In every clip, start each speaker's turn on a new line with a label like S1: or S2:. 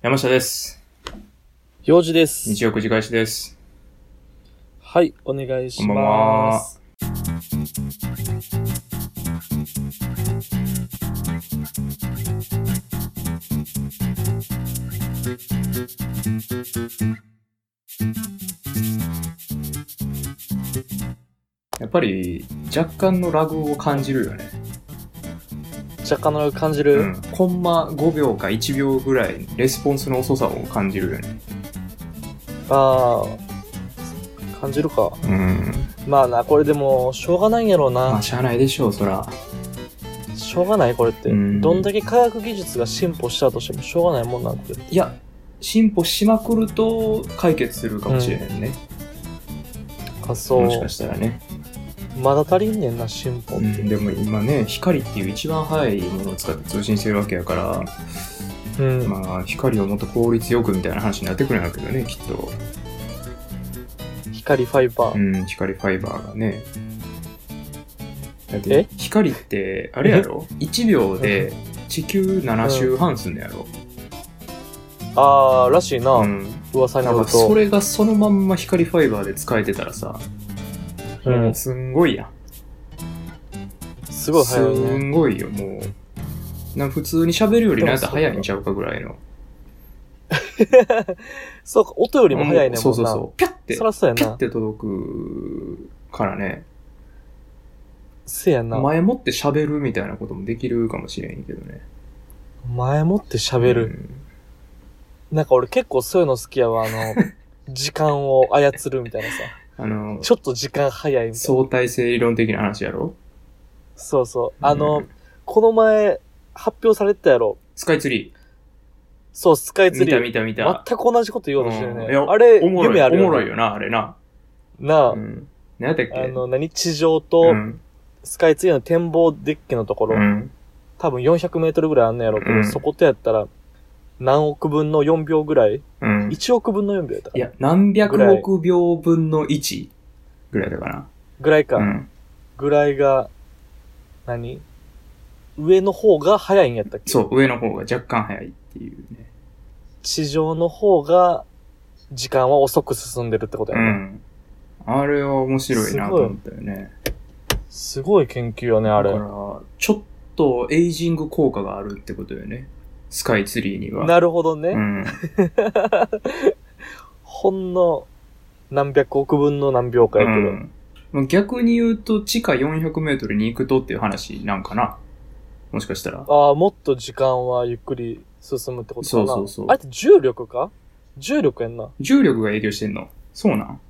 S1: 山下です。
S2: 用事です。
S1: 日曜くじ返しです。
S2: はい、お願いし
S1: こんばんは
S2: ます。
S1: やっぱり若干のラグを感じるよね。
S2: 若干の感じる、
S1: うん。コンマ5秒か1秒ぐらいレスポンスの遅さを感じるよね。
S2: ああ、感じるか。
S1: うん。
S2: まあな、これでも、しょうがないんやろう
S1: まあ
S2: な。
S1: しゃあないでしょう、そら。
S2: しょうがない、これって。
S1: うん
S2: どんだけ科学技術が進歩したとしても、しょうがないもんなんて。
S1: いや、進歩しまくると解決するかもしれへんね。
S2: あ、そ
S1: もし
S2: う
S1: か。したらね。
S2: まだ足りんねんな、進歩。
S1: うん、でも今ね、光っていう一番早いものを使って通信してるわけやから、
S2: うん。
S1: まあ光をもっと効率よくみたいな話になってくるんだけどね、きっと。
S2: 光ファイバー。
S1: うん、光ファイバーがね。だって
S2: え
S1: 光って、あれやろ ?1 秒で地球7周半すんのやろ、
S2: ああ、らしいな、
S1: うん。
S2: 噂に
S1: だ
S2: よ
S1: から
S2: ると。
S1: それがそのまんま光ファイバーで使えてたらさ、
S2: う。
S1: もうんすんごいやん。
S2: すごい早い
S1: す
S2: ね。
S1: んごいよ、もう。なんか普通に喋るよりなんやったら早いんちゃうかぐらいの。
S2: そうか、音よりも早い
S1: う
S2: ね、
S1: んそう
S2: も
S1: そう
S2: な
S1: そう。ピャって、
S2: そらそうや
S1: ピャっ
S2: な。
S1: て届くからね、
S2: せやな。
S1: 前もって喋るみたいなこともできるかもしれんけどね。
S2: 前もって喋る。なんか俺結構そういうの好きやわ、あ の、時間を操るみたいなさ。
S1: うん。あの、
S2: ちょっと時間早いみたいな。
S1: 相対性理論的な話やろ
S2: そうそう。あの、
S1: うん
S2: この前発表されてたやろ。
S1: スカイツリ
S2: そう、スカイ
S1: ー。
S2: ツ
S1: 見
S2: リ
S1: た
S2: ー。
S1: 見た見た。
S2: 全く同じこと言おうとしてるね。
S1: うんいや
S2: あれ、
S1: おもろ
S2: 夢
S1: い、
S2: あ
S1: お
S2: るよな。
S1: もろいよな、あれな。
S2: なあ、
S1: うん。何やったっけ
S2: あの、何地上と
S1: うん
S2: スカイツリーの展望デッキのところ、
S1: うん。
S2: 多分400メートルぐらいあんのやろうけど、
S1: うん
S2: そことやったら、何億分の4秒ぐらい
S1: うん。
S2: ?1 億分の4秒やった
S1: いや、何百億秒分の1ぐらいだか
S2: ぐらいか。
S1: な。うん。
S2: ぐらいが、何上の方が早いんやったっけ
S1: そう、上の方が若干早いっていうね。
S2: 地上の方が、時間は遅く進んでるってこと
S1: う
S2: やな、
S1: ん。あれは面白いなと思ったよね。
S2: すごい研究よね、あ
S1: だか
S2: れ
S1: ら。、ちょっとエイジング効果があるってことよね。スカイツリーには。
S2: なるほどね、
S1: うん。
S2: ほんの何百億分の何秒かやけど。
S1: うんまあ逆に言うと、地下400メートルに行くとっていう話なんかなもしかしたら。
S2: ああ、もっと時間はゆっくり進むってことか
S1: そ
S2: な。
S1: うそうそう
S2: あれって重力か重力やんな。っ
S1: 重力が影響してんのそうなん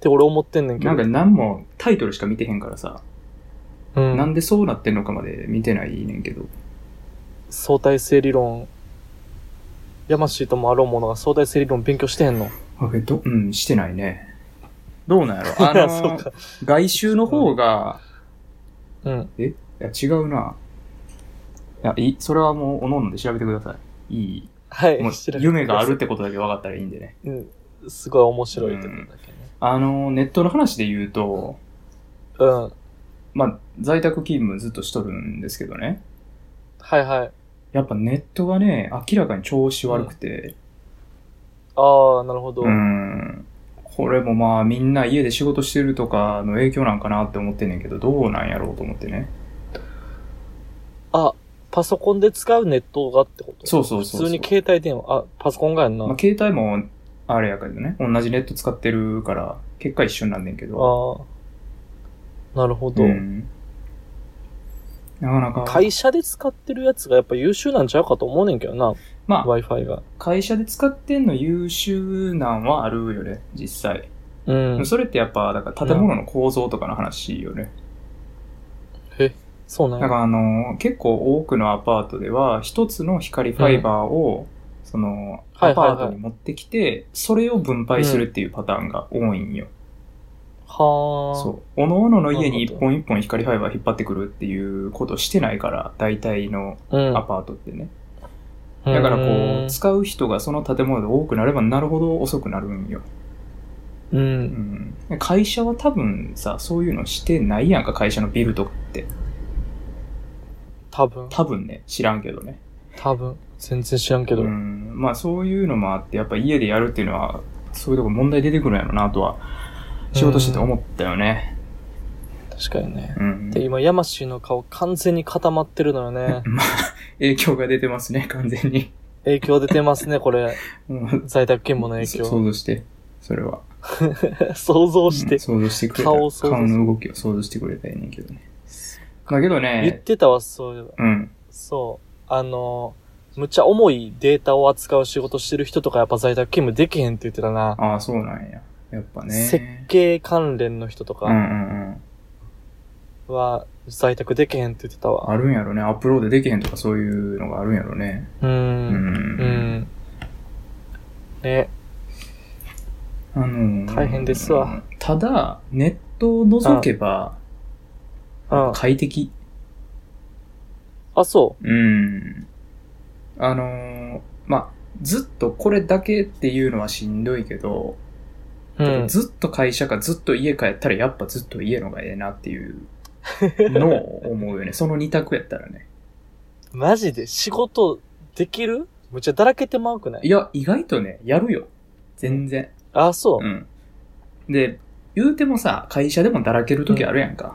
S2: て俺思ってんねんけ
S1: な
S2: ど。
S1: んか何もタイトルしか見てへんからさ、
S2: うん、
S1: なんでそうなってんのかまで見てないねんけど。
S2: 相対性理論。やましいともあろうものが相対性理論勉強してへんの。
S1: あえどうん、してないね。どうなん やろあ
S2: そ
S1: の
S2: うか。
S1: 外周の方が、
S2: うん。
S1: いや違うな。いや、いい、それはもう、おのおので調べてください。い
S2: はい。
S1: い。もう
S2: 知ら、ない
S1: 夢があるってことだけ分かったらいいんでね。
S2: うん、すごい面白いってことだけね。
S1: あの、ネットの話で言うと、
S2: うん。
S1: まあ、在宅勤務ずっとしとるんですけどね。
S2: はいはい。
S1: やっぱネットがね、明らかに調子悪くて、
S2: ああ、なるほど。
S1: うん。これもまあ、みんな家で仕事してるとかの影響なんかなって思ってんねんけど、どうなんやろうと思ってね。
S2: あ、パソコンで使うネットがってこと
S1: そうそうそうそう
S2: 普通に携帯電話、あ、パソコンがやんな。
S1: まあ、携帯も、あれやけどね、同じネット使ってるから、結果一緒になんねんけど。
S2: ああ。なるほど、
S1: うんなかなか、
S2: 会社で使ってるやつがやっぱ優秀なんちゃうかと思うねんけどな、
S1: まあ、
S2: Wi-Fi が。
S1: 会社で使ってんの優秀なんはあるよね、実際。
S2: うん。
S1: それってやっぱ、だから建物の構造とかの話よね。
S2: そうなん
S1: だ
S2: や。
S1: からあの、結構多くのアパートでは、一つの光ファイバーを、その、
S2: はいはいはい
S1: アパートに持ってきて、それを分配するっていうパターンが多いんよ。
S2: はあ。
S1: そう。おのおのの家に
S2: なる
S1: 一
S2: ほど
S1: 本一本光ファイバー引っ張ってくるっていうことしてないから、大体の
S2: う。うん。
S1: アパートってね。だからこう、使う人がその建物で多くなればなるほど遅くなるんよ。
S2: う、う。
S1: うんん。会社は多分さ、そういうのしてないやんか、会社のビルとかって。
S2: 多分。
S1: 多分ね、知らんけどね。
S2: 多分。全然知らんけど。
S1: うん、まあそういうのもあって、やっぱ家でやるっていうのは、そういうとこ問題出てくるんやろなとは、仕事してて思ったよね。
S2: 確かにね。
S1: うん。。
S2: で、今、ヤマシーの顔完全に固まってるのよね
S1: まあ、影響が出てますね、完全に。
S2: 影響出てますね、これ。
S1: うん
S2: 在宅勤務の影
S1: 想
S2: 響。
S1: 像して、それは。
S2: 想像し
S1: う
S2: て
S1: ん。想像してくれた。
S2: 顔を想像する
S1: 顔の動きを想像してくれたらいいねんけどね。だけど
S2: 言っ
S1: ね、
S2: てたわ、そういえば。
S1: うん。
S2: そう。あの、むっちゃ重いデータを扱う仕事してる人とかやっぱ在宅勤務できへんって言ってたな。
S1: ああ、そうなんや。やっぱね。
S2: 設計関連の人と
S1: うんう
S2: か
S1: んうん。
S2: は在宅できへんって言ってたわ。
S1: あるんやろね。アップロードできへんとかそういうのがあるんやろね。
S2: う。
S1: うん。
S2: うんん。ね。
S1: あのー
S2: 大変ですわ。
S1: ただ、ネットを覗けば、
S2: うん。
S1: 快適。
S2: あ、そ
S1: うん。あのーまあ、ずっとこれだけっていうのはしんどいけど、
S2: う。うん。
S1: ずっと会社かずっと家かやったらやっぱずっと家のがええなっていうのを思うよね。その二択やったらね。
S2: マジで仕事できるむっちゃだらけてまうくない
S1: いや、意外とね、やるよ。全然。
S2: あ、そう
S1: う。ん。で、言うてもさ、会社でもだらける時あるやんか。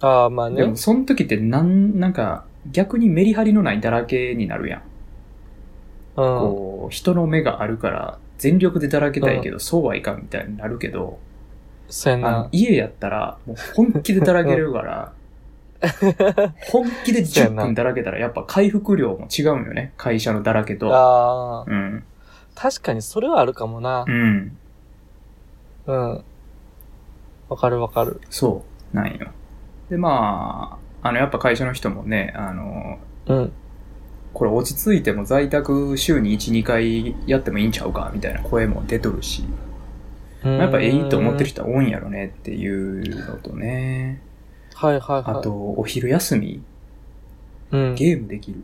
S2: ああ、まあ
S1: でも、
S2: ね。
S1: その時ってなん、なんか、逆にメリハリのないだらけになるやん。
S2: うん。
S1: こう、人の目があるから、全力でだらけたいけど、そうはいかんみたいになるけど、
S2: そうや
S1: あの
S2: な。
S1: 家やったら、もう本気でだらけれる から、本気で
S2: そうや
S1: 10
S2: な
S1: 分だらけたら、やっぱ回復量も違うんよね。会社のだらけと。
S2: ああ、
S1: うん。
S2: 確かにそれはあるかもな
S1: う。ん。
S2: うん。わかるわかる。
S1: そう。なんよ。で、まあ、あの、やっぱ会社の人もね、あの、
S2: うん。
S1: これ落ち着いても在宅週に1、2回やってもいいんちゃうかみたいな声も出とるし、やっぱええと思ってる
S2: 人。
S1: 人は多いんやろねっていうのとね、
S2: はいはいはい。
S1: あと、お昼休み、
S2: うん。
S1: ゲームできる。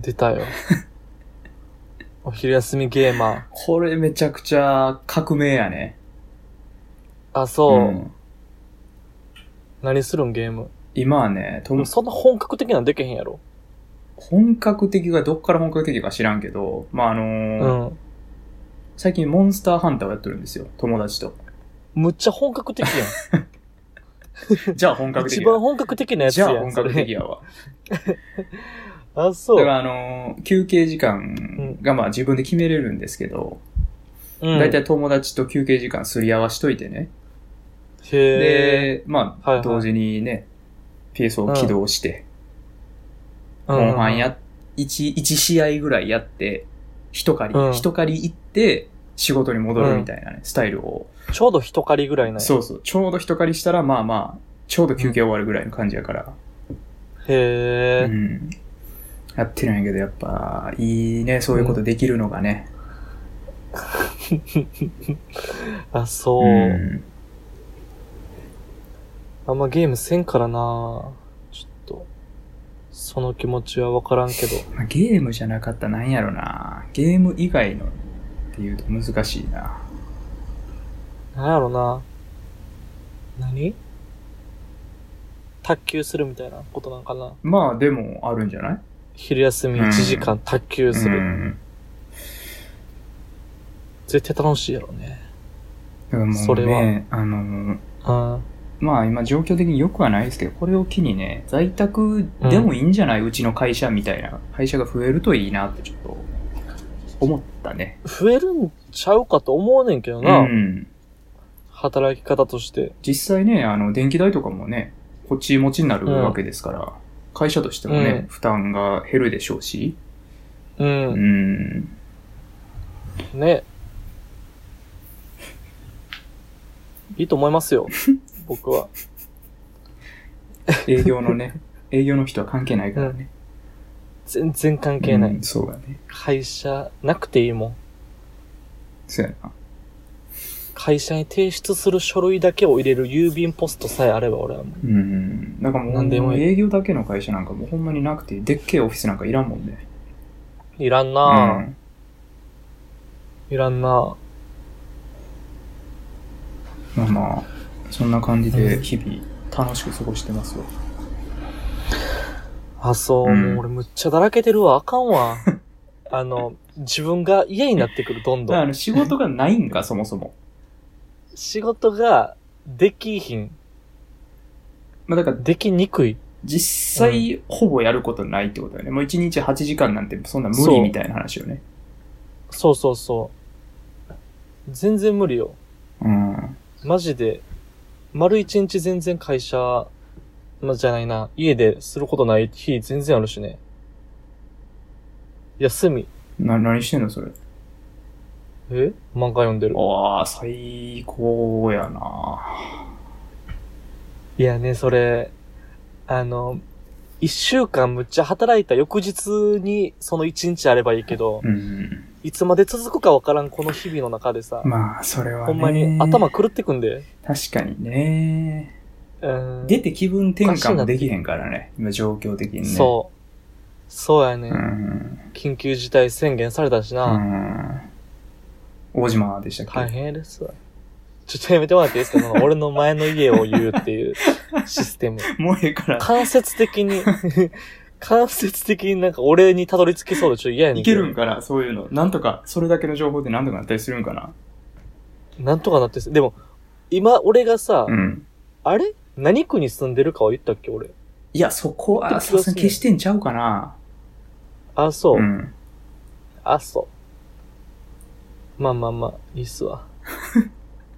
S2: 出たよ。 お昼休みゲーマー。
S1: これめちゃくちゃ革命やね。
S2: あ、そう。
S1: ん
S2: 何するんゲーム。
S1: 今はね、と
S2: でもそんな本格的なのできへんやろ。
S1: 本格的がどっから本格的か知らんけど、まああの
S2: う
S1: ー
S2: ん。
S1: 最近モンスターハンターをやってるんですよ、友達と。
S2: むっちゃ本格的やん。
S1: じゃあ本格的
S2: 一
S1: や。
S2: 番本格的なやつ
S1: じ
S2: や
S1: ゃ
S2: ん。
S1: あ本格
S2: それ
S1: 的やわ。
S2: あ、
S1: だか
S2: そう。
S1: らあのー休憩時間がまあ自分で決めれるんですけど、
S2: うん
S1: 大体友達と休憩時間すり合わしといてね。
S2: へえ。
S1: で、まあ、
S2: はいはい
S1: 同時にね、PS を起動して、
S2: うん
S1: モンハンや、1、1試合ぐらいやって、一狩
S2: う
S1: り、
S2: ん
S1: 一狩り行って、仕事に戻るみたいなね、スタイルを。
S2: ちょうど一狩りぐらいなんや
S1: そうそう。ちょうど一狩りしたら、まあまあ、ちょうど休憩終わるぐらいの感じやから。う
S2: へえ。
S1: ん。やってるんやけど、やっぱ、いいね、そういうことできるのがね。
S2: あ、そうう。
S1: ん。
S2: あんまゲームせんからなちょっと、その気持ちはわからんけど。
S1: まあゲームじゃなかったらなんやろな。ゲーム以外のっていうと難しいな。
S2: なんやろな何卓球するみたいなことなんかな
S1: まあ、でも、あるんじゃない
S2: 昼休み1時間卓球する。
S1: うん
S2: 絶対楽しいやろね。
S1: だからもうね、
S2: それは
S1: あの、
S2: うん。
S1: まあ今状況的に良くはないですけど、これを機にね、在宅でもいいんじゃない、うちの会社みたいな、会社が増えるといいなってちょっと思ったね。
S2: 増えるんちゃうかと思うねんけど
S1: う
S2: な。
S1: ん。
S2: 働き方として。
S1: 実際ね、あの、電気代とかもね、こっち持ちになるわけですから、会社としてもね、
S2: うん
S1: 負担が減るでしょうし、う
S2: う。
S1: んん。
S2: ね。いいと思 いますよ。僕は。
S1: 営業のね、 営業の人は関係ないからね。
S2: 全然関係ない。
S1: うんそうやね。
S2: 会社なくていいもん。
S1: そうやな。
S2: 会社に提出する書類だけを入れる郵便ポストさえあれば俺はもう
S1: うん。だからもう、
S2: なんでもいい
S1: 営業だけの会社なんかもうほんまになくて、でっけえオフィスなんかいらんもんね。
S2: いらんなぁ、
S1: うん
S2: いらんな
S1: まあまあ、そんな感じ
S2: う
S1: で
S2: ん
S1: 日々楽しく過ごしてますよ。
S2: ぁあ、そう、
S1: うん
S2: もう俺むっちゃだらけてるわ。あかんわ。 あの、自分が家になってくる、どん
S1: だから
S2: ど
S1: あ
S2: ん。
S1: の仕事がないんか、そ もそも。
S2: 仕事ができひん。
S1: まあだから、
S2: できにくい。
S1: 実際、ほぼやることないってことだよね。もう1日8時間なんて、そんな無
S2: そ
S1: 理
S2: う
S1: みたいな話よね。
S2: そうそうそう。全然無理よ。
S1: うん。
S2: マジで、丸一日全然会社、ま、じゃないな、家ですることない日全然あるしね。休み。
S1: な、何してんの、それ。
S2: え漫画読んでる。
S1: ああ、最高やな。
S2: いやね、それ、あの、一週間むっちゃ働いた翌日にその一日あればいいけど、
S1: うん。
S2: いつまで続くかわからんこの日々の中でさ、
S1: まあ、それはね。
S2: ほんまに頭狂ってくんで。
S1: 確かにね。
S2: うん、
S1: 出て気分転換もできへんからね。今、状況的にね。
S2: そう。そうやね、
S1: うん。
S2: 緊急事態宣言されたし
S1: う
S2: な。
S1: ん。大島でしたっけ、
S2: 大変ですわ。ちょっとやめてもらっていいですかその俺の前の家を言うっていうシステム。
S1: もうええから。
S2: 間接 的に、間接的になんか俺にたどり着きそうでちょっと嫌やね
S1: い
S2: んけ
S1: け
S2: ど。
S1: るんかなそういうの。なんとか、それだけの情報でなんとかなったりするんかな
S2: なんとかなってすでも、今俺がさ、
S1: うん。
S2: あれ何区に住んでるかは言ったっけ俺。
S1: いや、そこは、さすがに消してんちゃうかな
S2: あ、そう。
S1: ん。
S2: あ、そう。まあまあまあ、いいっ すわ。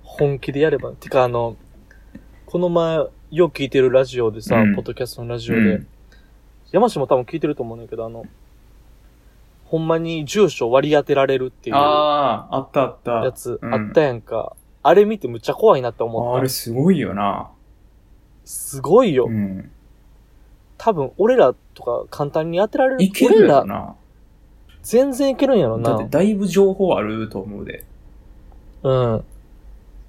S2: 本気でやれば。てかあの、この前、よく聞いてるラジオでさ、
S1: うん
S2: ポッドキャストのラジオ
S1: う
S2: で、
S1: ん。
S2: 山氏も多分聞いてると思うんだけど、あの、ほんまに住所割り当てられるっていうや
S1: ああ、あったあった。
S2: つ
S1: うん
S2: あったやんか。あれ見てむっちゃ怖いなって思
S1: あ
S2: っ
S1: れ
S2: た。
S1: すごいよな。
S2: すごいよ
S1: う。ん。
S2: 多分俺らとか簡単に当てられる。
S1: いける
S2: 俺
S1: よ
S2: ら
S1: な。
S2: 全然いけるんやろ
S1: だって
S2: な。
S1: だいぶ情報あると思うで。
S2: うん。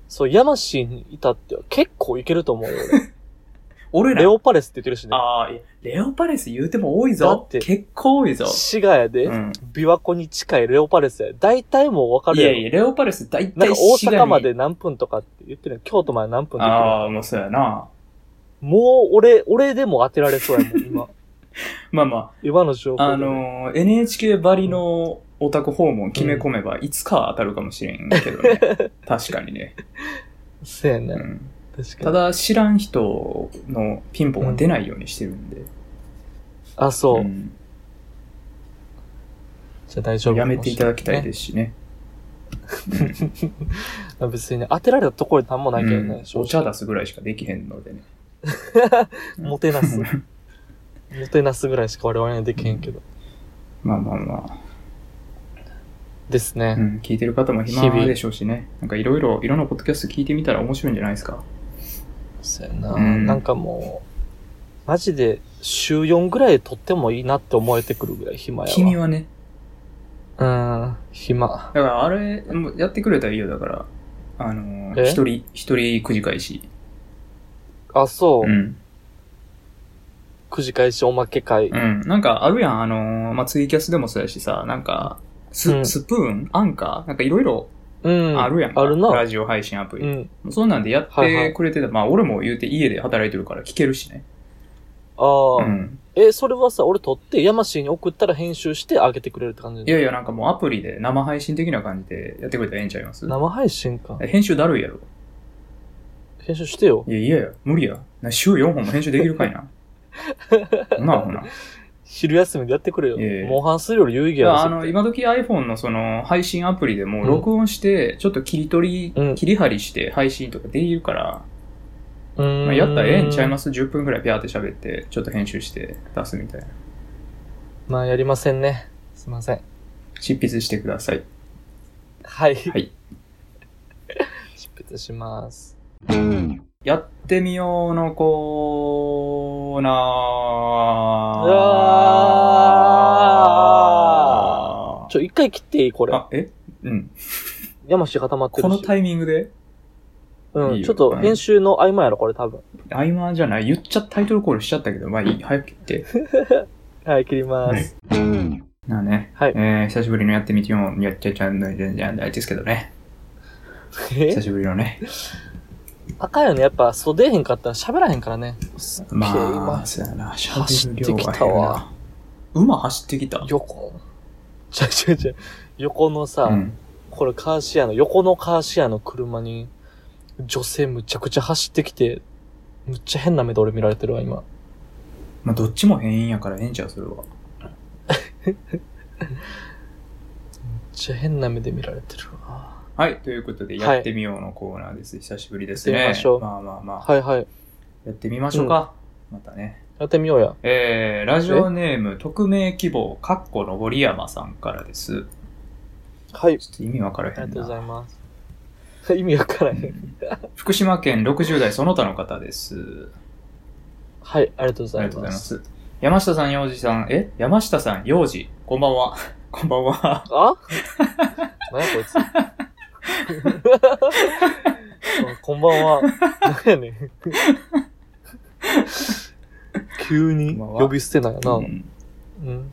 S2: そう、山氏にいたっては結構いけると 思うよ。俺
S1: 俺
S2: レ
S1: ら、
S2: オパレスって言ってるしね。
S1: ああ、いやレオパレス言うても多い
S2: だ
S1: ぞ
S2: っ。て
S1: 結構多いぞ。
S2: 滋賀や
S1: う
S2: で、
S1: ん。
S2: 琵琶湖に近いレオパレスや。大体もうわか
S1: い
S2: るや
S1: や
S2: ろ
S1: いや、レオパレス大体
S2: なんか大
S1: 滋賀
S2: 阪
S1: に
S2: まで何分とかって言ってるの京都まで何分とか。
S1: ああ、もうそうやな。
S2: もう俺、俺でも当てられそうやも ん、今。
S1: まあま
S2: 今の情報
S1: あ、
S2: で
S1: あのー、NHK ばりのオタク訪問決め込めば、いつか当たるかもしれんけど ね。確かにね。
S2: そうや
S1: う
S2: ね。
S1: ん。
S2: 確か
S1: た
S2: に。
S1: だ、知らん人のピンポンは出ないようにしてるんで。
S2: あ、そう。
S1: ん
S2: じゃあ大丈夫
S1: やめていただきたいですしね。
S2: す。別にね、当てられたところで何もないけど
S1: う
S2: ね
S1: ん。お茶出
S2: す。
S1: すぐらいしかできへんのでね。
S2: もてなす。もてなすぐらいしか我々にはできへんけど。
S1: まあまあま
S2: です
S1: あ。う
S2: ね。
S1: ん、聞いてる方も
S2: 日
S1: 暇
S2: 々
S1: でしょうしね。なんかいろいろ、いろんなポッドキャスト聞いてみたら面白いんじゃないですか。
S2: そうやな。
S1: うん
S2: なんかもう、マジで週4ぐらい撮ってもいいなって思えてくるぐらい暇やわ。
S1: 君はね。
S2: うん、暇。
S1: だからあれ、もうやってくれたらいいよ。だから、あのー
S2: え
S1: 一人、一人くじ返し。
S2: あ、そう
S1: う。ん。
S2: くじ返しおまけ会
S1: う。ん。なんかあるやん。あのーまあ、ツイキャスでもそうやしさ、なんか、
S2: う
S1: ス
S2: ん
S1: スプーンアンカーなんかいろいろ
S2: うん。
S1: あるやんか、
S2: あるな
S1: ラ。ジオ配信アプリ。
S2: うん。
S1: そんなんでやっ
S2: はいは
S1: て
S2: い
S1: くれてた。まあ、俺も言うて家で働いてるから聞けるしね。
S2: ああ。
S1: うん。
S2: え、それはさ、俺撮って、ヤマシーに送ったら編集してあげてくれるって感じ
S1: いやいや、なんかもうアプリで生配信的な感じでやってくれたらええんちゃいます
S2: 生配信か。
S1: え編集だるいやろ。
S2: 編集してよ。
S1: いやいやいや、無理や。な週4本も編集できるかい な。ほなほな。
S2: 昼休みでやってくれよ。
S1: いやいや
S2: モンハンするより有意義
S1: い
S2: やろ
S1: やあ
S2: 絶
S1: の、
S2: 対
S1: 今時 iPhone のその配信アプリでも
S2: うん
S1: 録音して、ちょっと切り取り、
S2: うん
S1: 切り張りして配信とかできるから、
S2: うーん
S1: まあ、やったらええんちゃいます ?10 分くらいピャーって喋って、ちょっと編集して出すみたいな。
S2: まあ、やりませんね。すいません。
S1: 執筆してください。
S2: はい。
S1: は い。
S2: 執筆します。
S1: やってみようのコーナー。
S2: うわちょ、一回切っていいこれ。
S1: あ、えうん。
S2: ヤマシー固まってるし。
S1: このタイミングで
S2: う
S1: いい
S2: ん。
S1: よ
S2: ちょっと編集の合間やろ、これ多分。
S1: 合間じゃない言っちゃタイトルコールしちゃったけど、まあいい。早く切って。
S2: はい、切ります。
S1: なあね。
S2: はい
S1: えー、久しぶりのやってみても、やっちゃちゃんの、じゃんじゃん、あれですけどね。
S2: え
S1: 久しぶりのね。
S2: 赤いのやっぱ袖へんかったら喋らへんからね。すっげえ
S1: ま
S2: 今
S1: あ、、そうやな。
S2: 走って
S1: 喋る量
S2: き
S1: は
S2: た
S1: 減る
S2: わ
S1: な。馬走ってきた。
S2: 横。ちゃちゃちゃ、横のさ、
S1: うん。
S2: これカーシェアの、横のカーシェアの車に、女性むちゃくちゃ走ってきて、むっちゃ変な目で俺見られてるわ、今。
S1: まあ、どっちも変やからええんちゃう、それは。
S2: むっちゃ変な目で見られてるわ。
S1: はい、ということで、
S2: はい
S1: やってみようのコーナーです。久しぶりですね。
S2: やってみましょう
S1: まあまあまあ、
S2: はいはい。
S1: やってみましょうか。またね。
S2: やってみようや。
S1: えー、ラジオネーム、匿名希望、かっこのぼりやまさんからです。
S2: はい。
S1: ちょっと意味わから
S2: あ
S1: へ
S2: りが
S1: ん
S2: とうござ
S1: な。
S2: います。 意味わからへん。
S1: 福島県60代その他の方です。
S2: はい、ありがと
S1: あ
S2: うござ
S1: り
S2: い
S1: がとうござ
S2: ま。
S1: いますす。山下さん、洋二さん、え山下さん、洋二、こんばんは。 こんばんは。
S2: あ何やこいつ。 あこんばんは。何やねん。急に
S1: こんばんは
S2: 呼び捨てなんやな。
S1: うん
S2: うん。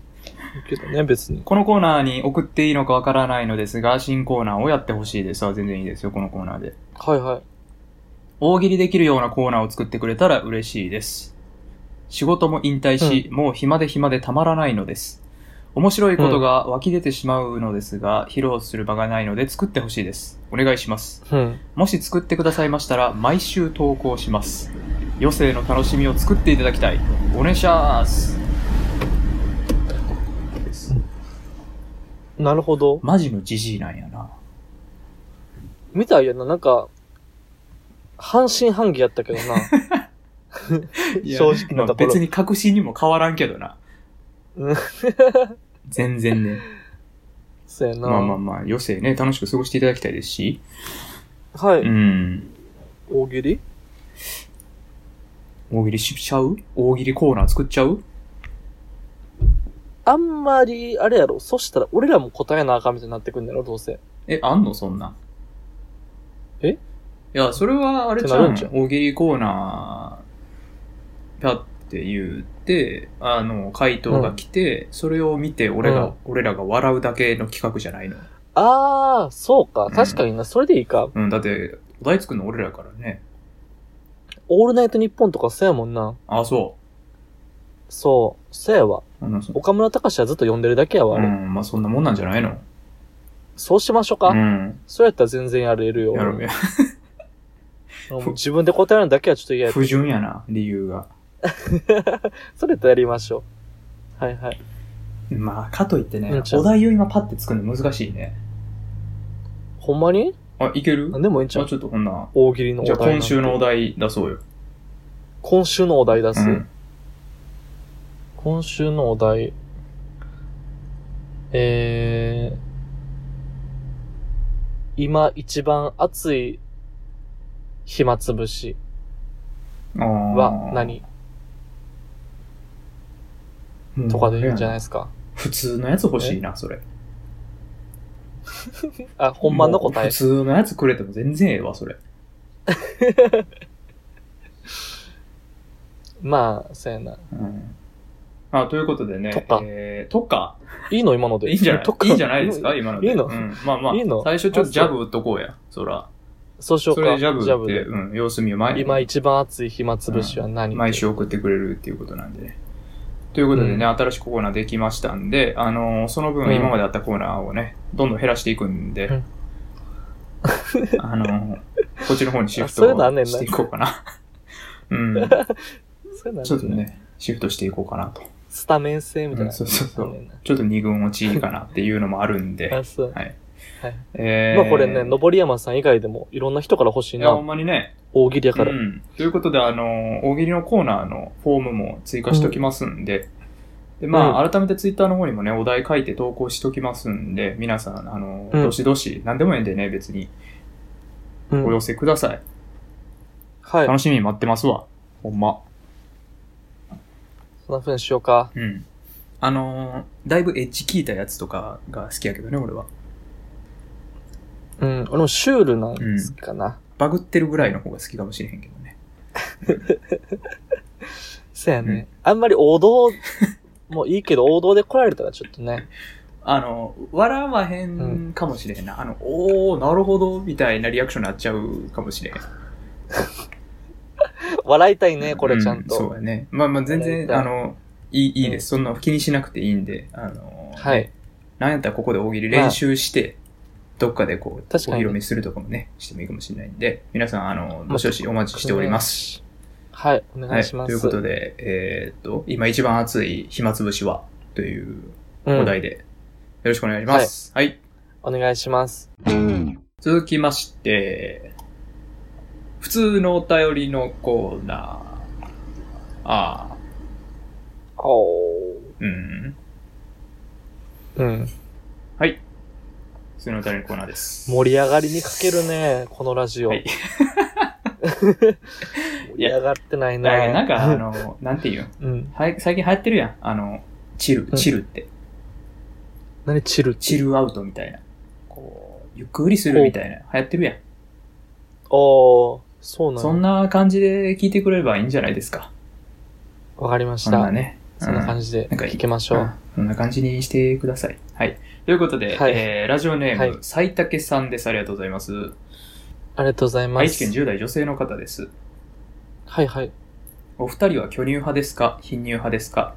S2: いいけどね、別に。
S1: このコーナーに送っていいのかわからないのですが、新コーナーをやってほしいです。あ全然いいですよ、このコーナーで。
S2: はいはい。
S1: 大喜利できるようなコーナーを作ってくれたら嬉しいです。仕事も引退し、もう暇で暇でたまらないのです。面白いことが湧き出てしまうのですが、披露する場がないので作ってほしいです。お願いします。
S2: うん。
S1: もし作ってくださいましたら、毎週投稿します。余生の楽しみを作っていただきたい。お願いします。です
S2: なるほど。
S1: マジのジジイなんやな。
S2: みたいやな、なんか、半信半疑やったけどな。
S1: いや
S2: 正直なとこ
S1: まあ
S2: ろ
S1: 別。に確信にも変わらんけどな
S2: うん。
S1: 全然ね。
S2: そうやな。
S1: まあまあまあ、余生ね、楽しく過ごしていただきたいですし。
S2: は
S1: う
S2: い。
S1: ん。
S2: 大喜利
S1: 大喜利しちゃう大喜利コーナー作っちゃう
S2: あんまり、あれやろ、そしたら俺らも答えなあかんみたいになってくんだろ、どうせ。
S1: え、あんのそんなん。
S2: え
S1: いや、それはあれちゃ
S2: ってな
S1: う
S2: る
S1: ん
S2: んちゃう
S1: 大喜利コーナー、パって言って、あの、回答が来て、それを見て、俺が、
S2: うん
S1: 俺らが笑うだけの企画じゃないの。
S2: あー、そうか。
S1: ん
S2: 確かにな、それでいいか。
S1: うん、だって、お題作るの俺らやからね。
S2: オールナイトニッポンとかそうやもんな。
S1: あ、そ
S2: そう。そうやわ。
S1: う。あのそ
S2: 岡村隆史はずっと呼んでるだけやわ、あ
S1: う
S2: れ。
S1: ん、まあそんなもんなんじゃないの
S2: そうしましょうか。
S1: うん。
S2: それやったら全然やれるよ。
S1: やろうや。
S2: もう自分で答えるのだけはちょっと嫌や。
S1: 不純やな、理由が。
S2: それやったらやりましょう。はいはい。
S1: まあ、かといって
S2: う
S1: ね
S2: ん、ちゃう
S1: お題を今パッて作るの難しいね。
S2: ほんまに
S1: あ、いける
S2: 何でもいいん
S1: じ
S2: ち
S1: ゃ
S2: ゃ
S1: あ
S2: う
S1: ちょっとこんな。
S2: 大喜利のお
S1: じゃ
S2: 題
S1: あ
S2: なんて。
S1: 今週のお題出そうよ。
S2: 今週のお題出す。
S1: うん。
S2: 今週のお題。えー、今一番熱い暇つぶしは
S1: は
S2: 何とかで言うんじゃない
S1: い
S2: ですか。
S1: 普通のやつ欲しいな、それ。
S2: あ、本番の答
S1: もう
S2: え
S1: 普。通のやつくれても全然ええわ、それ。
S2: まあ、そうやな。
S1: うん。あ、ということでね。
S2: とか
S1: えーとか。
S2: いいの今ので。
S1: いいんじゃない
S2: とか
S1: いいんじゃないですか今ので。
S2: いいの
S1: うん。まあまあ、
S2: いいの
S1: 最初ちょっとジャブ打っとこうや。そら。
S2: そうしよう
S1: そ
S2: か。
S1: れでジャブ
S2: ジャ
S1: 打っ
S2: ブ
S1: て、
S2: で。
S1: うん、様子見を毎
S2: 今一番熱い暇つぶしは何、
S1: 毎週送ってくれるっていうことなんでね。ということでね、
S2: う
S1: 新しくコーナーできましたんで、あのーその
S2: うん
S1: 分今まであったコーナーをね、どんどん減らしていくんで、
S2: うん
S1: あのーこっちの方にシフ
S2: あそういうのあ
S1: ト
S2: んねんな
S1: していこうかな。 うん、
S2: そうやな
S1: ちょっと。ね、シフトしていこうかなと。
S2: スタメン制みたいな。
S1: うんそうそうそう。
S2: う。
S1: ちょっと二軍落ちかなっていうのもあるんで
S2: あ、。そう。
S1: はい。
S2: はい
S1: えー、
S2: まあこれね、登山さん以外でもいろんな人から欲しい
S1: いや、ほ
S2: な。
S1: んまにね、
S2: 大喜利やから
S1: う。ん、ということで、あの、大喜利のコーナーのフォームも追加しておきますんで、で、まあ、改めてツイッターの方にもね、お題書いて投稿しておきますんで、皆さん、あの、
S2: うん
S1: どしどし、何でもいいんでね、別に
S2: うん
S1: お寄せください。
S2: はい。
S1: 楽しみに待ってますわ。ほんま。
S2: そんな風にしようか。
S1: うん。あのーだいぶエッジ効いたやつとかが好きやけどね、俺は。
S2: うん。俺もシュールなんですかな。
S1: バグってるぐらいの方が好きかもしれへんけどね。
S2: そうやね。あんまり王道もいいけど、王道で来られたらちょっとね。
S1: あの、笑わへんかもしれへんな。あの、おー、なるほど、みたいなリアクションになっちゃうかもしれへん。
S2: 笑いたいね、これちゃんと。
S1: うそうやね。まあまあ全
S2: 大
S1: 然、
S2: 体
S1: あの、いい、いいです。そんな気にしなくていいんで、あの、
S2: はい。
S1: なんやったらここで大喜利練習して、どっかでこう、お
S2: 確か
S1: 披
S2: に
S1: 露目するとかもね、してもいいかもしれないんで、皆さん、あの、どしどしお待ちしております。
S2: はい、お
S1: は
S2: 願
S1: い。
S2: いしま
S1: と
S2: す。
S1: いうことで、えーっと、今一番熱い暇つぶしは、という
S2: うん
S1: お題で、よろしくお願いします。はい。
S2: お願いします。
S1: 続きまして、普通のお便りのコーナー。ああ、
S2: おー。
S1: うん。
S2: うん。
S1: はい。普通のお便りのコーナーです。
S2: 盛り上がりに欠けるね、このラジオ。
S1: はい
S2: 盛り上がってない
S1: だから
S2: ね。
S1: なんか、あの、なんていうの
S2: うん。
S1: はや最近流行ってるやん。あの、チル
S2: う、ん
S1: チルって。
S2: 何チル
S1: チ
S2: ル。
S1: ルアウトみたいな。こう、ゆっくりするみたいな。流行ってるやん。
S2: おー、そうな
S1: そん
S2: の
S1: な感じで聞いてくれればいいんじゃないですか。
S2: わかりまし
S1: そんな
S2: た。
S1: ね。
S2: そんな感
S1: じ。
S2: じで
S1: なんかいい
S2: 聞きましょ
S1: うん
S2: う。
S1: そんな感じにしてください。はい。ということで、
S2: はい
S1: えーラジオネーム、
S2: はい
S1: 斉竹さんです。ありがとうございます。
S2: ありがとうございま
S1: 愛
S2: す
S1: 知。県10代女性の方です。
S2: はいはい。
S1: お二人は巨乳派ですか貧乳派ですか、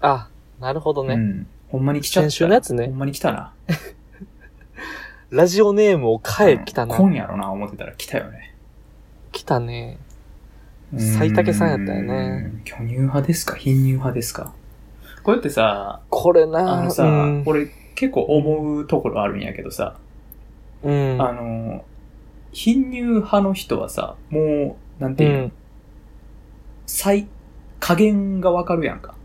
S2: あ、なるほど
S1: う
S2: ね。
S1: ん。ほんまに来ちゃった。
S2: 先週のやつね
S1: ほんまに来たな。
S2: ラジオネームを変え、来たな。
S1: 今やろな、思ってたら来たよね。
S2: 来たね。斉竹さんやったよね
S1: うん。巨乳派ですか貧乳派ですかこうやってさ、
S2: これ
S1: あ
S2: な
S1: のさ、
S2: うん
S1: 俺結構思うところあるんやけどさ、
S2: うん。
S1: あの、貧乳派の人はさ、もう、なんて
S2: う
S1: いうの、
S2: ん。
S1: 最、加減がわかるやんか。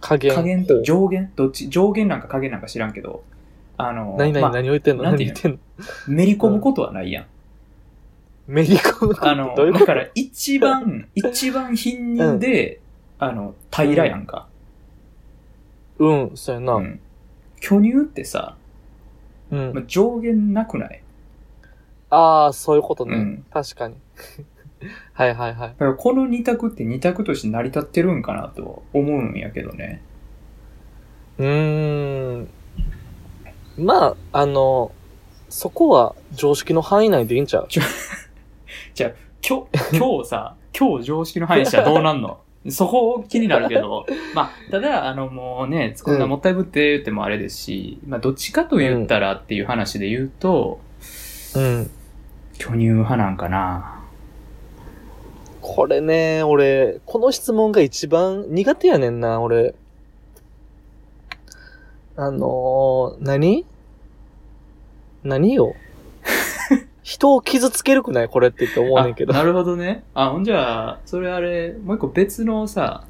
S2: 加減。
S1: 加減と上限どっち上限なんか加減なんか知らんけど、あの、
S2: 何々
S1: まあ
S2: 何を言ってんの
S1: なん
S2: 何
S1: ていう
S2: 言
S1: の
S2: ってんの
S1: めり込むことはないやん。
S2: メリコの
S1: あの、
S2: どういう
S1: だ
S2: こ
S1: か
S2: と
S1: ら一番、一番貧乳で、あの、平らやんか。
S2: うん、そうやな。
S1: う
S2: うん。
S1: ん巨乳ってさ、まあ上限なくない
S2: ああ、そういうことね。
S1: うん
S2: 確かに。 はいはいはい
S1: だ。からこの二択って二択として成り立ってるんかなと思うんやけどね。
S2: うーん。まあ、あの、そこは常識の範囲内でいいんちゃう
S1: 今日、今日さ、今日常識の範囲じゃどうなん のそこ気になるけど、まあ、ただ、あのもうね、こんなもったいぶって言ってもあれですし、まあ、どっちかと言ったらっていう話で言うと、
S2: うん。
S1: 巨乳派なんかな。
S2: これね、俺、この質問が一番苦手やねんな、俺。あのー、何 何よ人を傷つけるくないこれってって思うねんけど
S1: あ。なるほどね。あ、ほんじゃあ、それあれ、もう一個別のさ、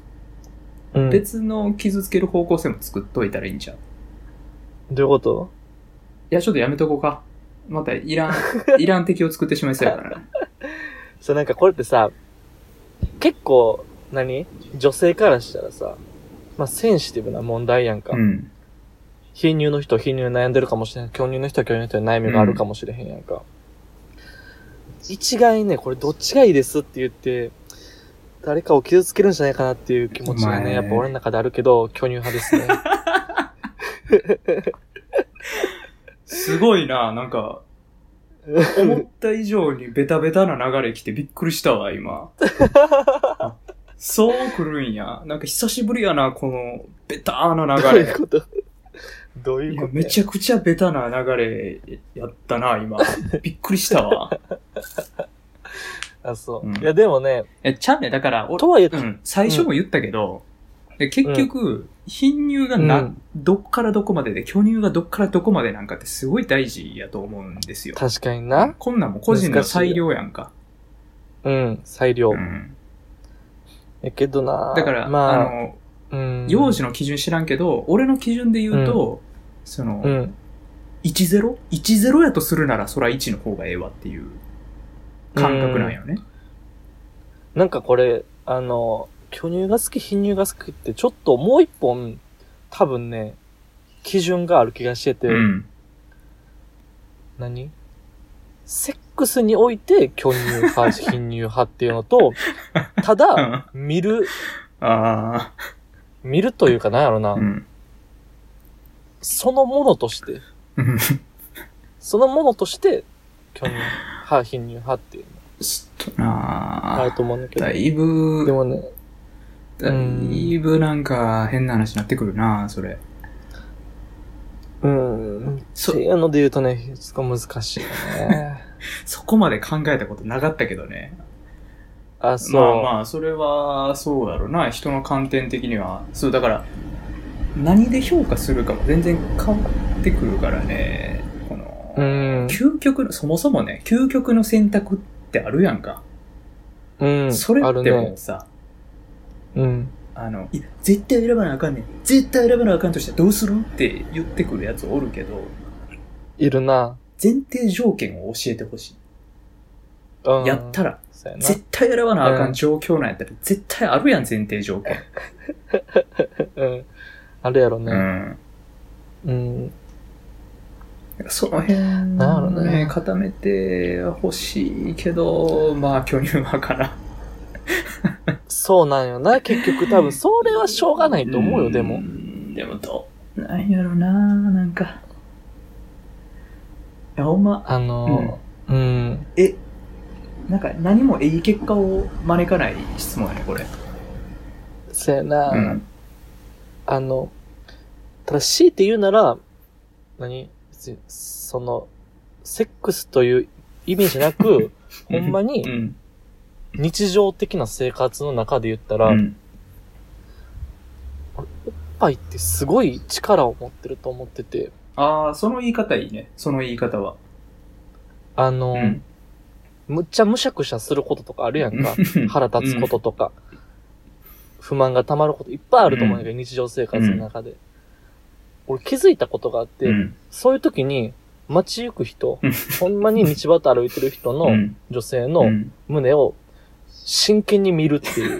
S2: うん、ど
S1: 別の傷つける方向性も作っといたらいいんじゃん。いう
S2: いうこと
S1: や、ちょっとやめとこうか。また、いら ん、いらん敵を作ってしまいそうやから。
S2: そう、なんかこれってさ、結構、何女性からしたらさ、まあ、センシティブな問題やんか。
S1: うん。
S2: 貧乳の人は貧乳で悩んでるかもしれない。巨乳の人は巨乳の人で悩みがあるかもしれへんやんか。一概ね、これどっちがいいですって言って、誰かを傷つけるんじゃないかなっていう気持ちが
S1: お
S2: ね、
S1: 前
S2: やっぱ俺の中であるけど、巨乳派ですね。
S1: すごいな、なんか、思った以上にベタベタな流れ来てびっくりしたわ、今。あそう来るんや。なんか久しぶりやな、このベターな
S2: どう
S1: 流
S2: いう
S1: れ。
S2: ことどうい
S1: いうや
S2: こと
S1: めちゃくちゃベタな流れやったな、今。びっくりしたわ。
S2: あ、そう。
S1: うん
S2: いや、でもね、
S1: え、ちゃうね、だから、俺
S2: とはいえ、
S1: うん、最初も言ったけど、で結局、貧乳がな、
S2: うん
S1: どっからどこまでで、巨乳がどっからどこまでなんかってすごい大事やと思うんですよ。
S2: 確かにな。
S1: こんなんも個人の裁量やんか。
S2: うん、裁量。
S1: うん
S2: やけどな。
S1: だから、
S2: ま
S1: あ、
S2: あ、
S1: の、
S2: うん
S1: 幼児の基準知らんけど、俺の基準で言うと、その、
S2: うん。
S1: 10?10 10やとするなら、そら1の方がええわっていう感覚なんよね。
S2: なんかこれ、あの、巨乳が好き、貧乳が好きって、ちょっともう一本、多分ね、基準がある気がしてて、
S1: うん。
S2: 何セックスにおいて巨乳 派、貧乳派っていうのと、た
S1: うん、
S2: だ、
S1: あ
S2: 見る、
S1: あ
S2: 見るというかなんやろな、
S1: ー、うん。
S2: そのものとして、そのものとして、巨乳歯、貧乳、歯っていう
S1: ちょっとな
S2: のあると思うんだけど
S1: だ。いぶ、
S2: でもね、
S1: だいぶなんか変な話になってくるなそれ。
S2: うん。っ
S1: そ
S2: ていうので言うとね、そこ難しいよね。
S1: そこまで考えたことなかったけどね。
S2: あ、そう。
S1: まあまあ、それはそうだろうな。人の観点的には。そう、だから、何で評価するかも全然変わってくるからね。この、
S2: うん。
S1: 究極の、そもそもね、究極の選択ってあるやんか。
S2: うん。
S1: それ
S2: あ
S1: っ
S2: る
S1: ても
S2: ね
S1: う。さ、
S2: うん。
S1: あの、いや絶対選ばなあかんねん。絶対選ばなあかんとしてどうするって言ってくるやつおるけど、
S2: いるな。
S1: 前提条件を教えてほしい。
S2: うん。
S1: やったら、
S2: そうやな。
S1: 絶対選ばなあか
S2: うん
S1: ん状況なんやったら、絶対あるやん、前提条件。
S2: うん。あるやろ
S1: う
S2: ね。
S1: ん。
S2: うん。
S1: その辺
S2: なるほどね
S1: ね、固めてほしいけど、まあ、巨乳はかな。
S2: そうなんよな。結局多分、それはしょうがないと思うよ、で
S1: う
S2: も。
S1: ん。でも、どうなんやろな、なんか。いや、ほんま、
S2: あのー、うん。
S1: え、なんか何もいい結果を招かない質問やね、これ。
S2: そうやな。
S1: うん。
S2: あの、ただ強いて言うなら、何別にその、セックスという意味じゃ なく、ほんま
S1: う
S2: に
S1: ん。
S2: 日常的な生活の中で言ったら、
S1: う
S2: おっ
S1: ん。
S2: ぱいってすごい力を持ってると思ってて、
S1: ああ、その言い方いいね。その言い方は。
S2: あの、
S1: うん。
S2: むっちゃむしゃくしゃすることとかあるやんか。腹立つこととか、不満が溜まることいっぱいあると思うんだけど、日常生活の中で。俺気づいたことがあって、
S1: うん。
S2: そういう時に街行く人
S1: うん、
S2: ほんまに道端歩いてる人の、
S1: うん
S2: 女性
S1: う
S2: の
S1: ん
S2: 胸を真剣に見るっ てい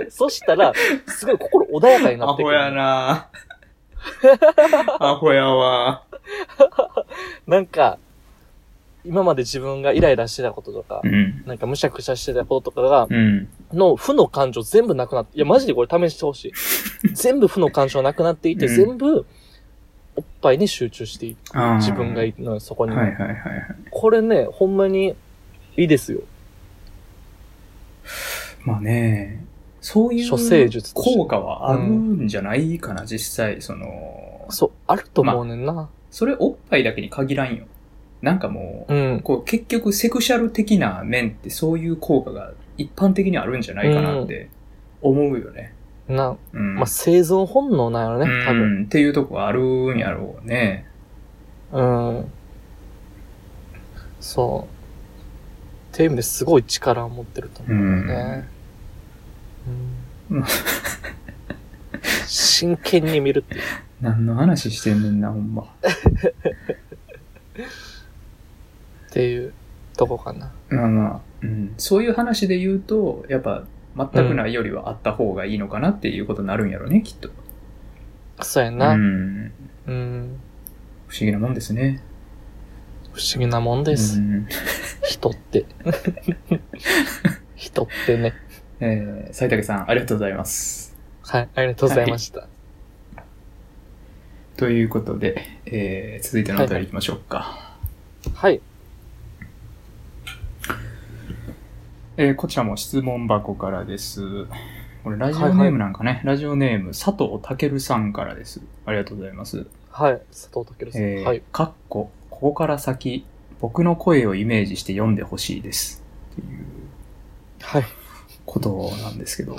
S2: う。そしたら、すごい心穏やかにな
S1: ア
S2: ってく
S1: ホ
S2: る。
S1: や なアホやわ。
S2: なんか、今まで自分がイライラしてたこととか、
S1: うん。
S2: なんかむしゃくしゃしてたこととかが、
S1: うん。
S2: の負の感情全部なくなって、いやマジでこれ試してほし い。全部負の感情なくなっていて、
S1: うん
S2: 全部、おっぱいに集中していい。
S1: あー
S2: 自分がいるのよそこに。
S1: はいはいはいはい。
S2: これね、ほんまに、いいですよ。
S1: まあね、そういう
S2: 処世術として
S1: 効果はあるんじゃないかな、実際。その、
S2: そう、あると思うねんな。
S1: それおっぱいだけに限らんよ。なんかもう、
S2: うん。
S1: こう結局セクシャル的な面ってそういう効果が一般的にあるんじゃないかなって思うよね。
S2: な、
S1: うん。
S2: まあ、生存本能なんやろね、多分。
S1: うん、っていうとこあるんやろうね。
S2: うん。そう。っていう意味ですごい力を持ってると
S1: う。
S2: 思うんね。う
S1: うん ん、
S2: 真剣に見るっていう。
S1: 何の話してんねんな、ほんま。
S2: っていうとこかな。
S1: まあまあ、うん、そういう話で言うと、やっぱ、全くないよりはあった方がいいのかなっていうことになるんやろね、きっと。
S2: そうやな。
S1: う
S2: うん。
S1: ん。不思議なもんですね。
S2: 不思議なもんです。
S1: うん
S2: 人って。人ってね。
S1: えー、斉竹さん、ありがとうございます。
S2: はい。ありがとうございました。
S1: ということで、えー、続いてのお便り行きましょうか。
S2: はい。
S1: えーこちらも質問箱からです。これ、ラジオネームなんかね、ラジオネーム、佐藤健さんからです。ありがとうございます。
S2: はい。佐藤健さん。
S1: えー
S2: はい。
S1: かっこ、ここから先、僕の声をイメージして読んでほしいです。っていう
S2: はい。
S1: ことなんですけど、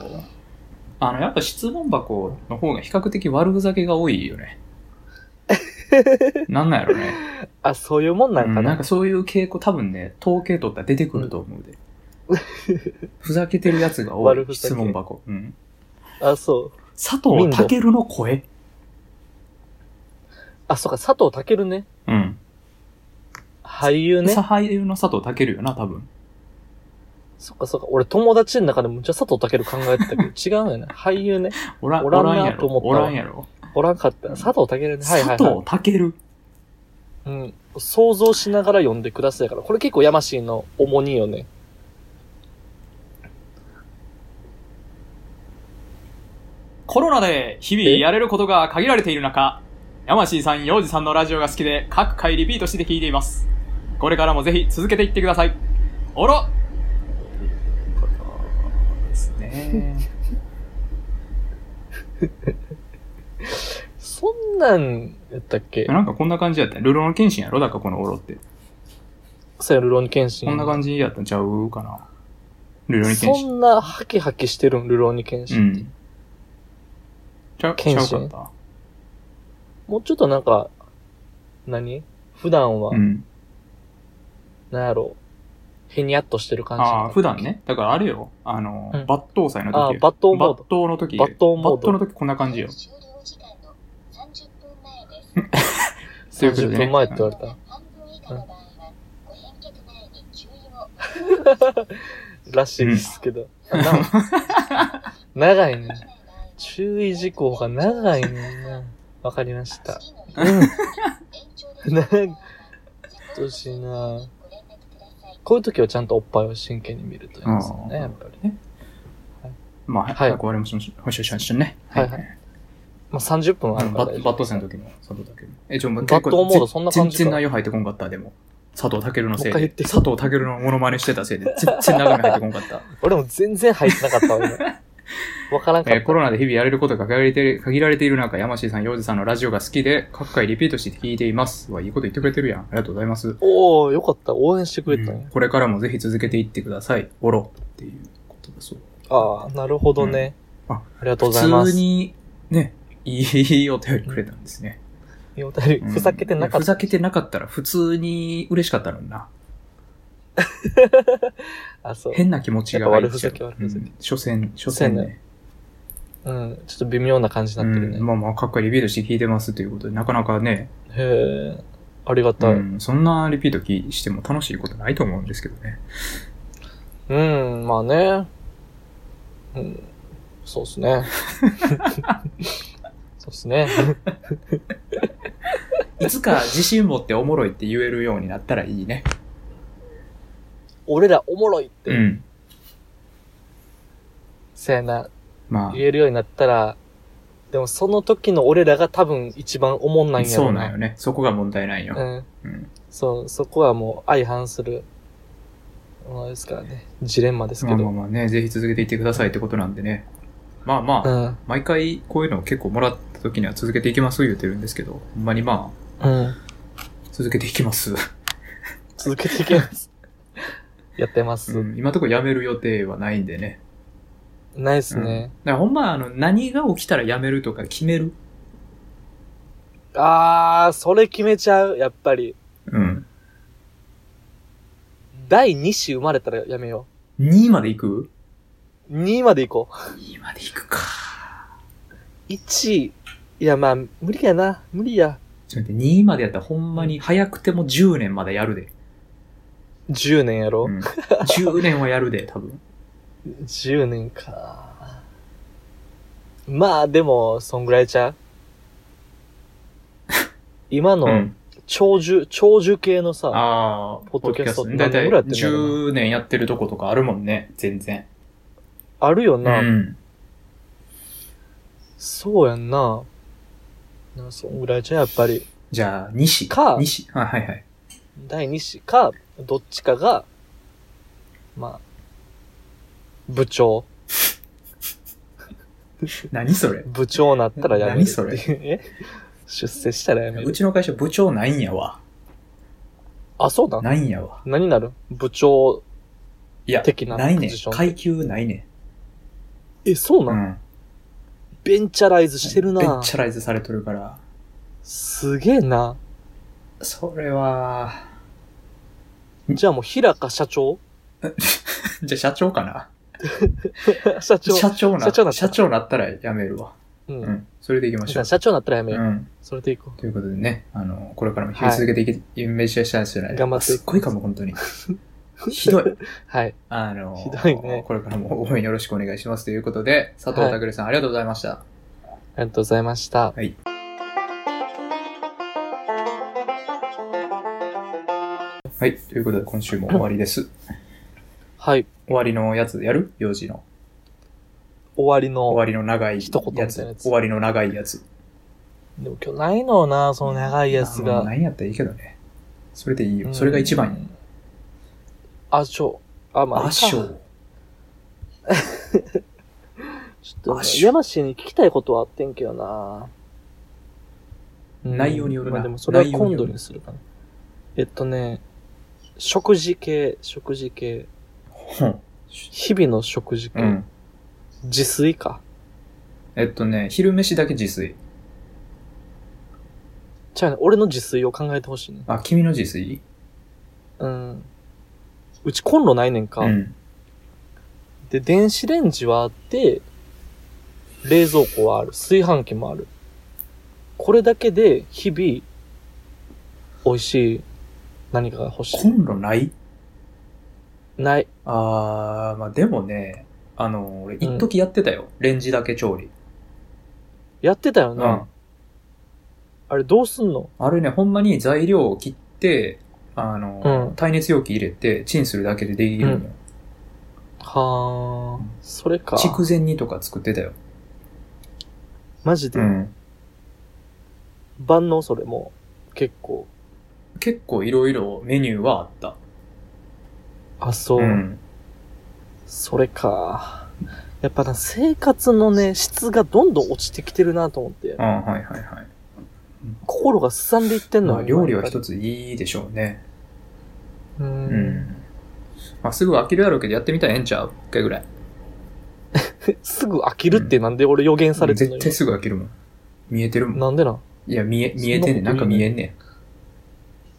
S1: あの、やっぱ質問箱の方が比較的悪ふざけが多いよ ね。なんなんやろね。
S2: あ、そういうもんなんかな。
S1: うんなんかそういう傾向、多分ね、統計取ったら出てくると思う で。ふざけてるやつが多
S2: 悪ふ
S1: い、
S2: ざけ
S1: 質問箱。うん
S2: あ、そう。
S1: 佐藤健の声
S2: あ、そうか、佐藤健ね。
S1: うん。
S2: 俳優ね
S1: さ。俳優の佐藤健よな、多分。
S2: そっかそっか。俺友達の中でむっちゃ佐藤健考えて たけど、違うよね。俳優ね。
S1: おら
S2: お
S1: お
S2: らん
S1: ら
S2: なん
S1: や
S2: と
S1: ろ。
S2: 思った
S1: おらんやろ。
S2: おらんかった。佐藤健ね。はいはい、
S1: 佐
S2: は
S1: 藤健
S2: い。うん。想像しながら読んでくださいから。これ結構やましいの重荷よね。
S1: コロナで日々
S2: え
S1: やれることが限られている中、山ーさん、洋二さんのラジオが好きで、各回リピートして聞いています。これからもぜひ続けていってください。おろことですね。
S2: そんなんやったっけ
S1: なんかこんな感じやったね。ルロの剣心やろだからこのおろって。
S2: セルロニケンシン。
S1: こんな感じやったんちゃうかな。ルロに剣
S2: そ
S1: 心。
S2: んなハキハキしてるん、ルローニケンシ
S1: う
S2: ン。
S1: ん。ちゃう、ち
S2: 剣
S1: ゃ
S2: 心
S1: うかった。
S2: もうちょっとなんか、何普段は
S1: う、ん。
S2: なんやろう、へにゃっとしてる感じ。
S1: ああ、普段。ね。だからあれよ。あの、
S2: うん
S1: 抜刀祭の
S2: ああ、
S1: 時
S2: 抜刀
S1: 抜
S2: モード。
S1: 刀の時
S2: 抜刀モー
S1: 抜
S2: ド
S1: 刀の時こんな感じよ。
S3: 終了時間の30分前です。
S1: そういうことで
S2: 30分前って言われた。
S3: 半分以下の場合は、ご返却前に給油を。
S2: らしいですけど。な 長いね。注意事項が長いねんな。わかりました。
S3: 次の日
S2: うん。
S3: 延長で
S2: な、うっとうしいな
S3: ご連絡ください。
S2: こういう時はちゃんとおっぱいを真剣に見るといいですよね、
S1: うん
S2: やっぱり。
S1: まあ、
S2: い
S1: 早く終わりましょう。よしよしよしよしね。
S2: はいはいまあ、30分はあ
S1: あ
S2: る
S1: の
S2: から
S1: バ
S2: 大
S1: ッ
S2: 丈夫。
S1: バット戦の時も、佐藤健。え、ちょ、もう
S2: バットモードそんな感じか
S1: 全然内容入ってこんかった、でも。佐藤健のせい
S2: もう一回言
S1: で
S2: っ。て
S1: 佐藤健のモノマネしてたせいで、全然中身入ってこんかった。
S2: 俺も全然入ってなかったわ、今 わからんか
S1: え
S2: っ
S1: ー
S2: た。
S1: コロナで日々やれることが限られて限られている中、山椎さん、洋治さんのラジオが好きで、各回リピートして聞いています。うわいいこと言ってくれてるやん。ありがとうございます。
S2: おー、よかった。応援してくれた
S1: うん
S2: ね。
S1: これからもぜひ続けていってください。おろ。っていうことだそう。
S2: ああ、なるほどね。
S1: うん
S2: ありがとうございま
S1: 普通
S2: す。
S1: に、ね、いいお便りくれたんですね。
S2: お便りふざけてなか
S1: うん
S2: っ
S1: ふ
S2: た。
S1: ざけてなかったら、普通に嬉しかったのにな。
S2: あ、そう。
S1: 変な気持ちが湧いちゃ
S2: やっぱ
S1: う
S2: 悪。ふざけ悪ふざけ
S1: うん所詮、所詮ね。
S2: うん。ちょっと微妙な感じになってるね。
S1: うんまあまあ、各回リピートして聞いてますということで、なかなかね、
S2: へえ。ありがたい。
S1: うんそんなリピート聞いしても楽しいことないと思うんですけどね。
S2: うん、まあね。うん、そうっ すね。そうっすね。
S1: いつか自信持っておもろいって言えるようになったらいいね。
S2: 俺らおもろいって、
S1: うん。
S2: せやな、
S1: まあ
S2: 言、えるようになったら、でもその時の俺らが多分一番おもんないんや
S1: そ
S2: ろ
S1: う
S2: う
S1: なん
S2: な。
S1: よね。そこが問題ないよ。
S2: うん。
S1: うん。
S2: そう、そこはもう相反するものですからね。ジレンマですけ
S1: まあまあ
S2: ど。
S1: まあね、ぜひ続けていってくださいってことなんでね。まあまあ、
S2: うん。
S1: 毎回こういうのを結構もらった時には続けていきます言うてるんですけど、ほんまにま
S2: うん。
S1: あ、続けていきます。
S2: 続けていきます。 やってます。
S1: うん今のところやめる予定はないんでね。
S2: ないっすね。
S1: だからほんまあの、何が起きたらやめるとか決める。
S2: あー、それ決めちゃう、やっぱり。
S1: うん。
S2: 第2子生まれたらやめよう。
S1: 2まで行く
S2: 2位まで行こ
S1: ?2 まで行くか。
S2: う。1位。いや、まあ、無理やな。無理や。
S1: ちょっと待って、2までやったらほんまに早くても10年までやるで。
S2: 10年やろ。
S1: うん、10年はやるで、多分。
S2: 10年か。まあ、でも、そんぐらいち ゃう今
S1: う
S2: の
S1: ん。
S2: 長寿、長寿系のさ、
S1: ああ、
S2: ポッドキャスト
S1: ポッドキャ
S2: 何年
S1: ね
S2: ぐら
S1: だ
S2: い
S1: いた
S2: やっ
S1: い
S2: てんだろう
S1: 10年やってるとことかあるもんね、全然。
S2: あるよな。
S1: うん。
S2: そうやんな。なそんぐらいちゃうやっぱり。
S1: じゃあ、西。
S2: か
S1: 西。あはいはい。
S2: 第2子か、どっちかが、まあ、部長。
S1: 何それ
S2: 部長なったらやめるっていう。
S1: 何そ
S2: え出世したらやめる
S1: う。ちの会社部長ないんやわ。
S2: あ、そうだ。
S1: ないんやわ。
S2: 何になる部長。
S1: いや、
S2: 的な
S1: ないね
S2: ポジショ。ン
S1: 階級ないね。
S2: え、そうな、
S1: うんん。
S2: ベンチャライズしてる
S1: ベン
S2: な
S1: チャライズされとるから。
S2: すげえな。
S1: それは、
S2: じゃあもう、日高社長
S1: じゃあ社長かな
S2: 社長。
S1: 社長な、
S2: 社長なったら
S1: 社長なったらやめるわ。
S2: うん
S1: う。ん。それでいきましょう。
S2: 社長になったらやめ
S1: う
S2: よう。
S1: ん。
S2: それでいこう。
S1: ということでね、あの、これからも引き続けていき、イメージしたいじゃない
S2: 頑張って
S1: すっごいかも、 本当に。ひどい。
S2: はい。
S1: あの、
S2: ひどいね
S1: これからも応援よろしくお願いしますということで、佐藤拓さん、ありがとうございました。
S2: ありがとうございました。
S1: はい。はい。ということで、今週も終わり です。
S2: はい。
S1: 終わりのやつやる幼児の。
S2: 終わりの。
S1: 終わりの長いやつ。
S2: 一言みたいなやつ
S1: 終わりの長いやつ。
S2: でも今日ないのよな、その長いやつ
S1: あ
S2: が。
S1: 何やったらいいけどね。それでいいよ。それが一番よ。
S2: あ、しょう。あ、まあいいか、
S1: あしょう。
S2: ちょっとね、
S1: あしょう
S2: ヤマシーに聞きたいことはあってんけどな。うん
S1: 内容によるな
S2: まあでもそれは
S1: 内容に
S2: 今
S1: よる
S2: 度にするかな。えっとね、食事系、食事系、
S1: ほん
S2: 日々の食事系、
S1: うん。
S2: 自炊か。
S1: えっとね、昼飯だけ自炊。
S2: じゃあね、俺の自炊を考えてほしいね。
S1: あ、君の自炊
S2: うん。うちコンロないねんか。
S1: うん。
S2: で、電子レンジはあって、冷蔵庫はある。炊飯器もある。これだけで、日々、美味しい、何かが欲し
S1: コンロない
S2: い。ない。
S1: あー、まあでもね、あの、俺、
S2: うん
S1: 一時やってたよ。レンジだけ調理。
S2: やってたよ
S1: う
S2: な。
S1: ん。
S2: あれどうすんの
S1: あれね、ほんまに材料を切って、あの、
S2: うん
S1: 耐熱容器入れて、チンするだけでできるのよ。
S2: はあ、それか。
S1: 筑前煮とか作ってたよ。
S2: マジで、
S1: うん。
S2: 万能それも、結構。
S1: 結構いろいろメニューはあった。
S2: あ、そう。
S1: ん。
S2: それか。やっぱな、生活のね、質がどんどん落ちてきてるなと思って
S1: あ、はいはいはい。
S2: 心がすさんでいってんの
S1: ま
S2: よ
S1: あ、
S2: 今
S1: 料理は
S2: やっ
S1: 一
S2: ぱり
S1: ついいでしょうね。
S2: う。
S1: うんん。まあ、すぐ飽きるやろうけど、やってみたらええんちゃう一回ぐらい。
S2: すぐ飽きるってなんで俺予言されてん
S1: 絶
S2: のよ
S1: 対。すぐ飽きるもん。見えてるもん。
S2: なんでなん
S1: いや、見え、見えてんねん。なん
S2: そ
S1: ん
S2: な
S1: か
S2: こと言うね
S1: 見えんねん。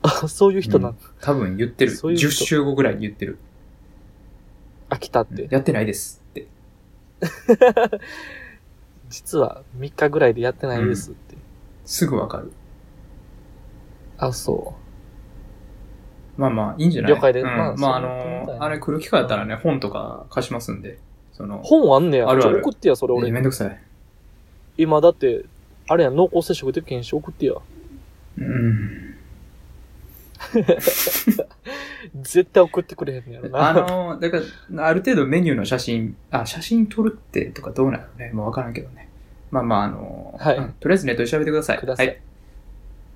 S2: あ、そういう人な、
S1: うん多分言ってる。
S2: そういう人
S1: 10週後ぐらいに言ってる。
S2: 飽きたって。
S1: やってないですって。
S2: 実は3日ぐらいでやってないですって。
S1: すぐわかる。
S2: あ、そ
S1: まあまあ、いいんじゃない
S2: 了解で
S1: う
S2: す
S1: ん
S2: ま
S1: ま
S2: あ
S1: あ、あ
S2: そうやってみたい
S1: の、
S2: な
S1: あれ来る機会あったらね、本とか貸しますんで。その
S2: う。、本あんねや。
S1: あるある
S2: ちょ送ってや、それ
S1: え
S2: 俺。
S1: めんどくさい。
S2: 今だって、あれやん、濃厚接触できへんし送ってや。
S1: うん。
S2: 絶対送ってくれへんねやろ な。
S1: あの、だから、ある程度メニューの写真、あ、写真撮るってとかどうなのね。もうわからんけどね。まあまあ、あの、
S2: はい
S1: うんとりあえずネットで調べてください。
S2: ください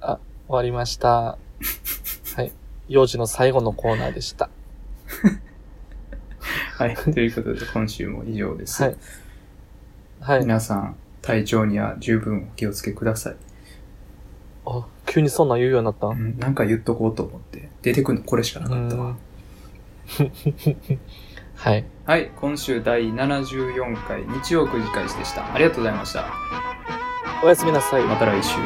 S1: はい。
S2: 終わりました。はい。幼児の最後のコーナーでした。
S1: はい。 ということで、今週も以上です。
S2: はいはい。
S1: 皆さん、体調には十分お気をつけください。
S2: あ、急にそんなん言うようになった
S1: うんんなんか言っとこうと思って、出てくるのこれしかなかった
S2: う
S1: わ
S2: ん。 はい。
S1: はい、今週第74回日曜9時開始でした。ありがとうございました。
S2: おやすみなさい。
S1: また来週。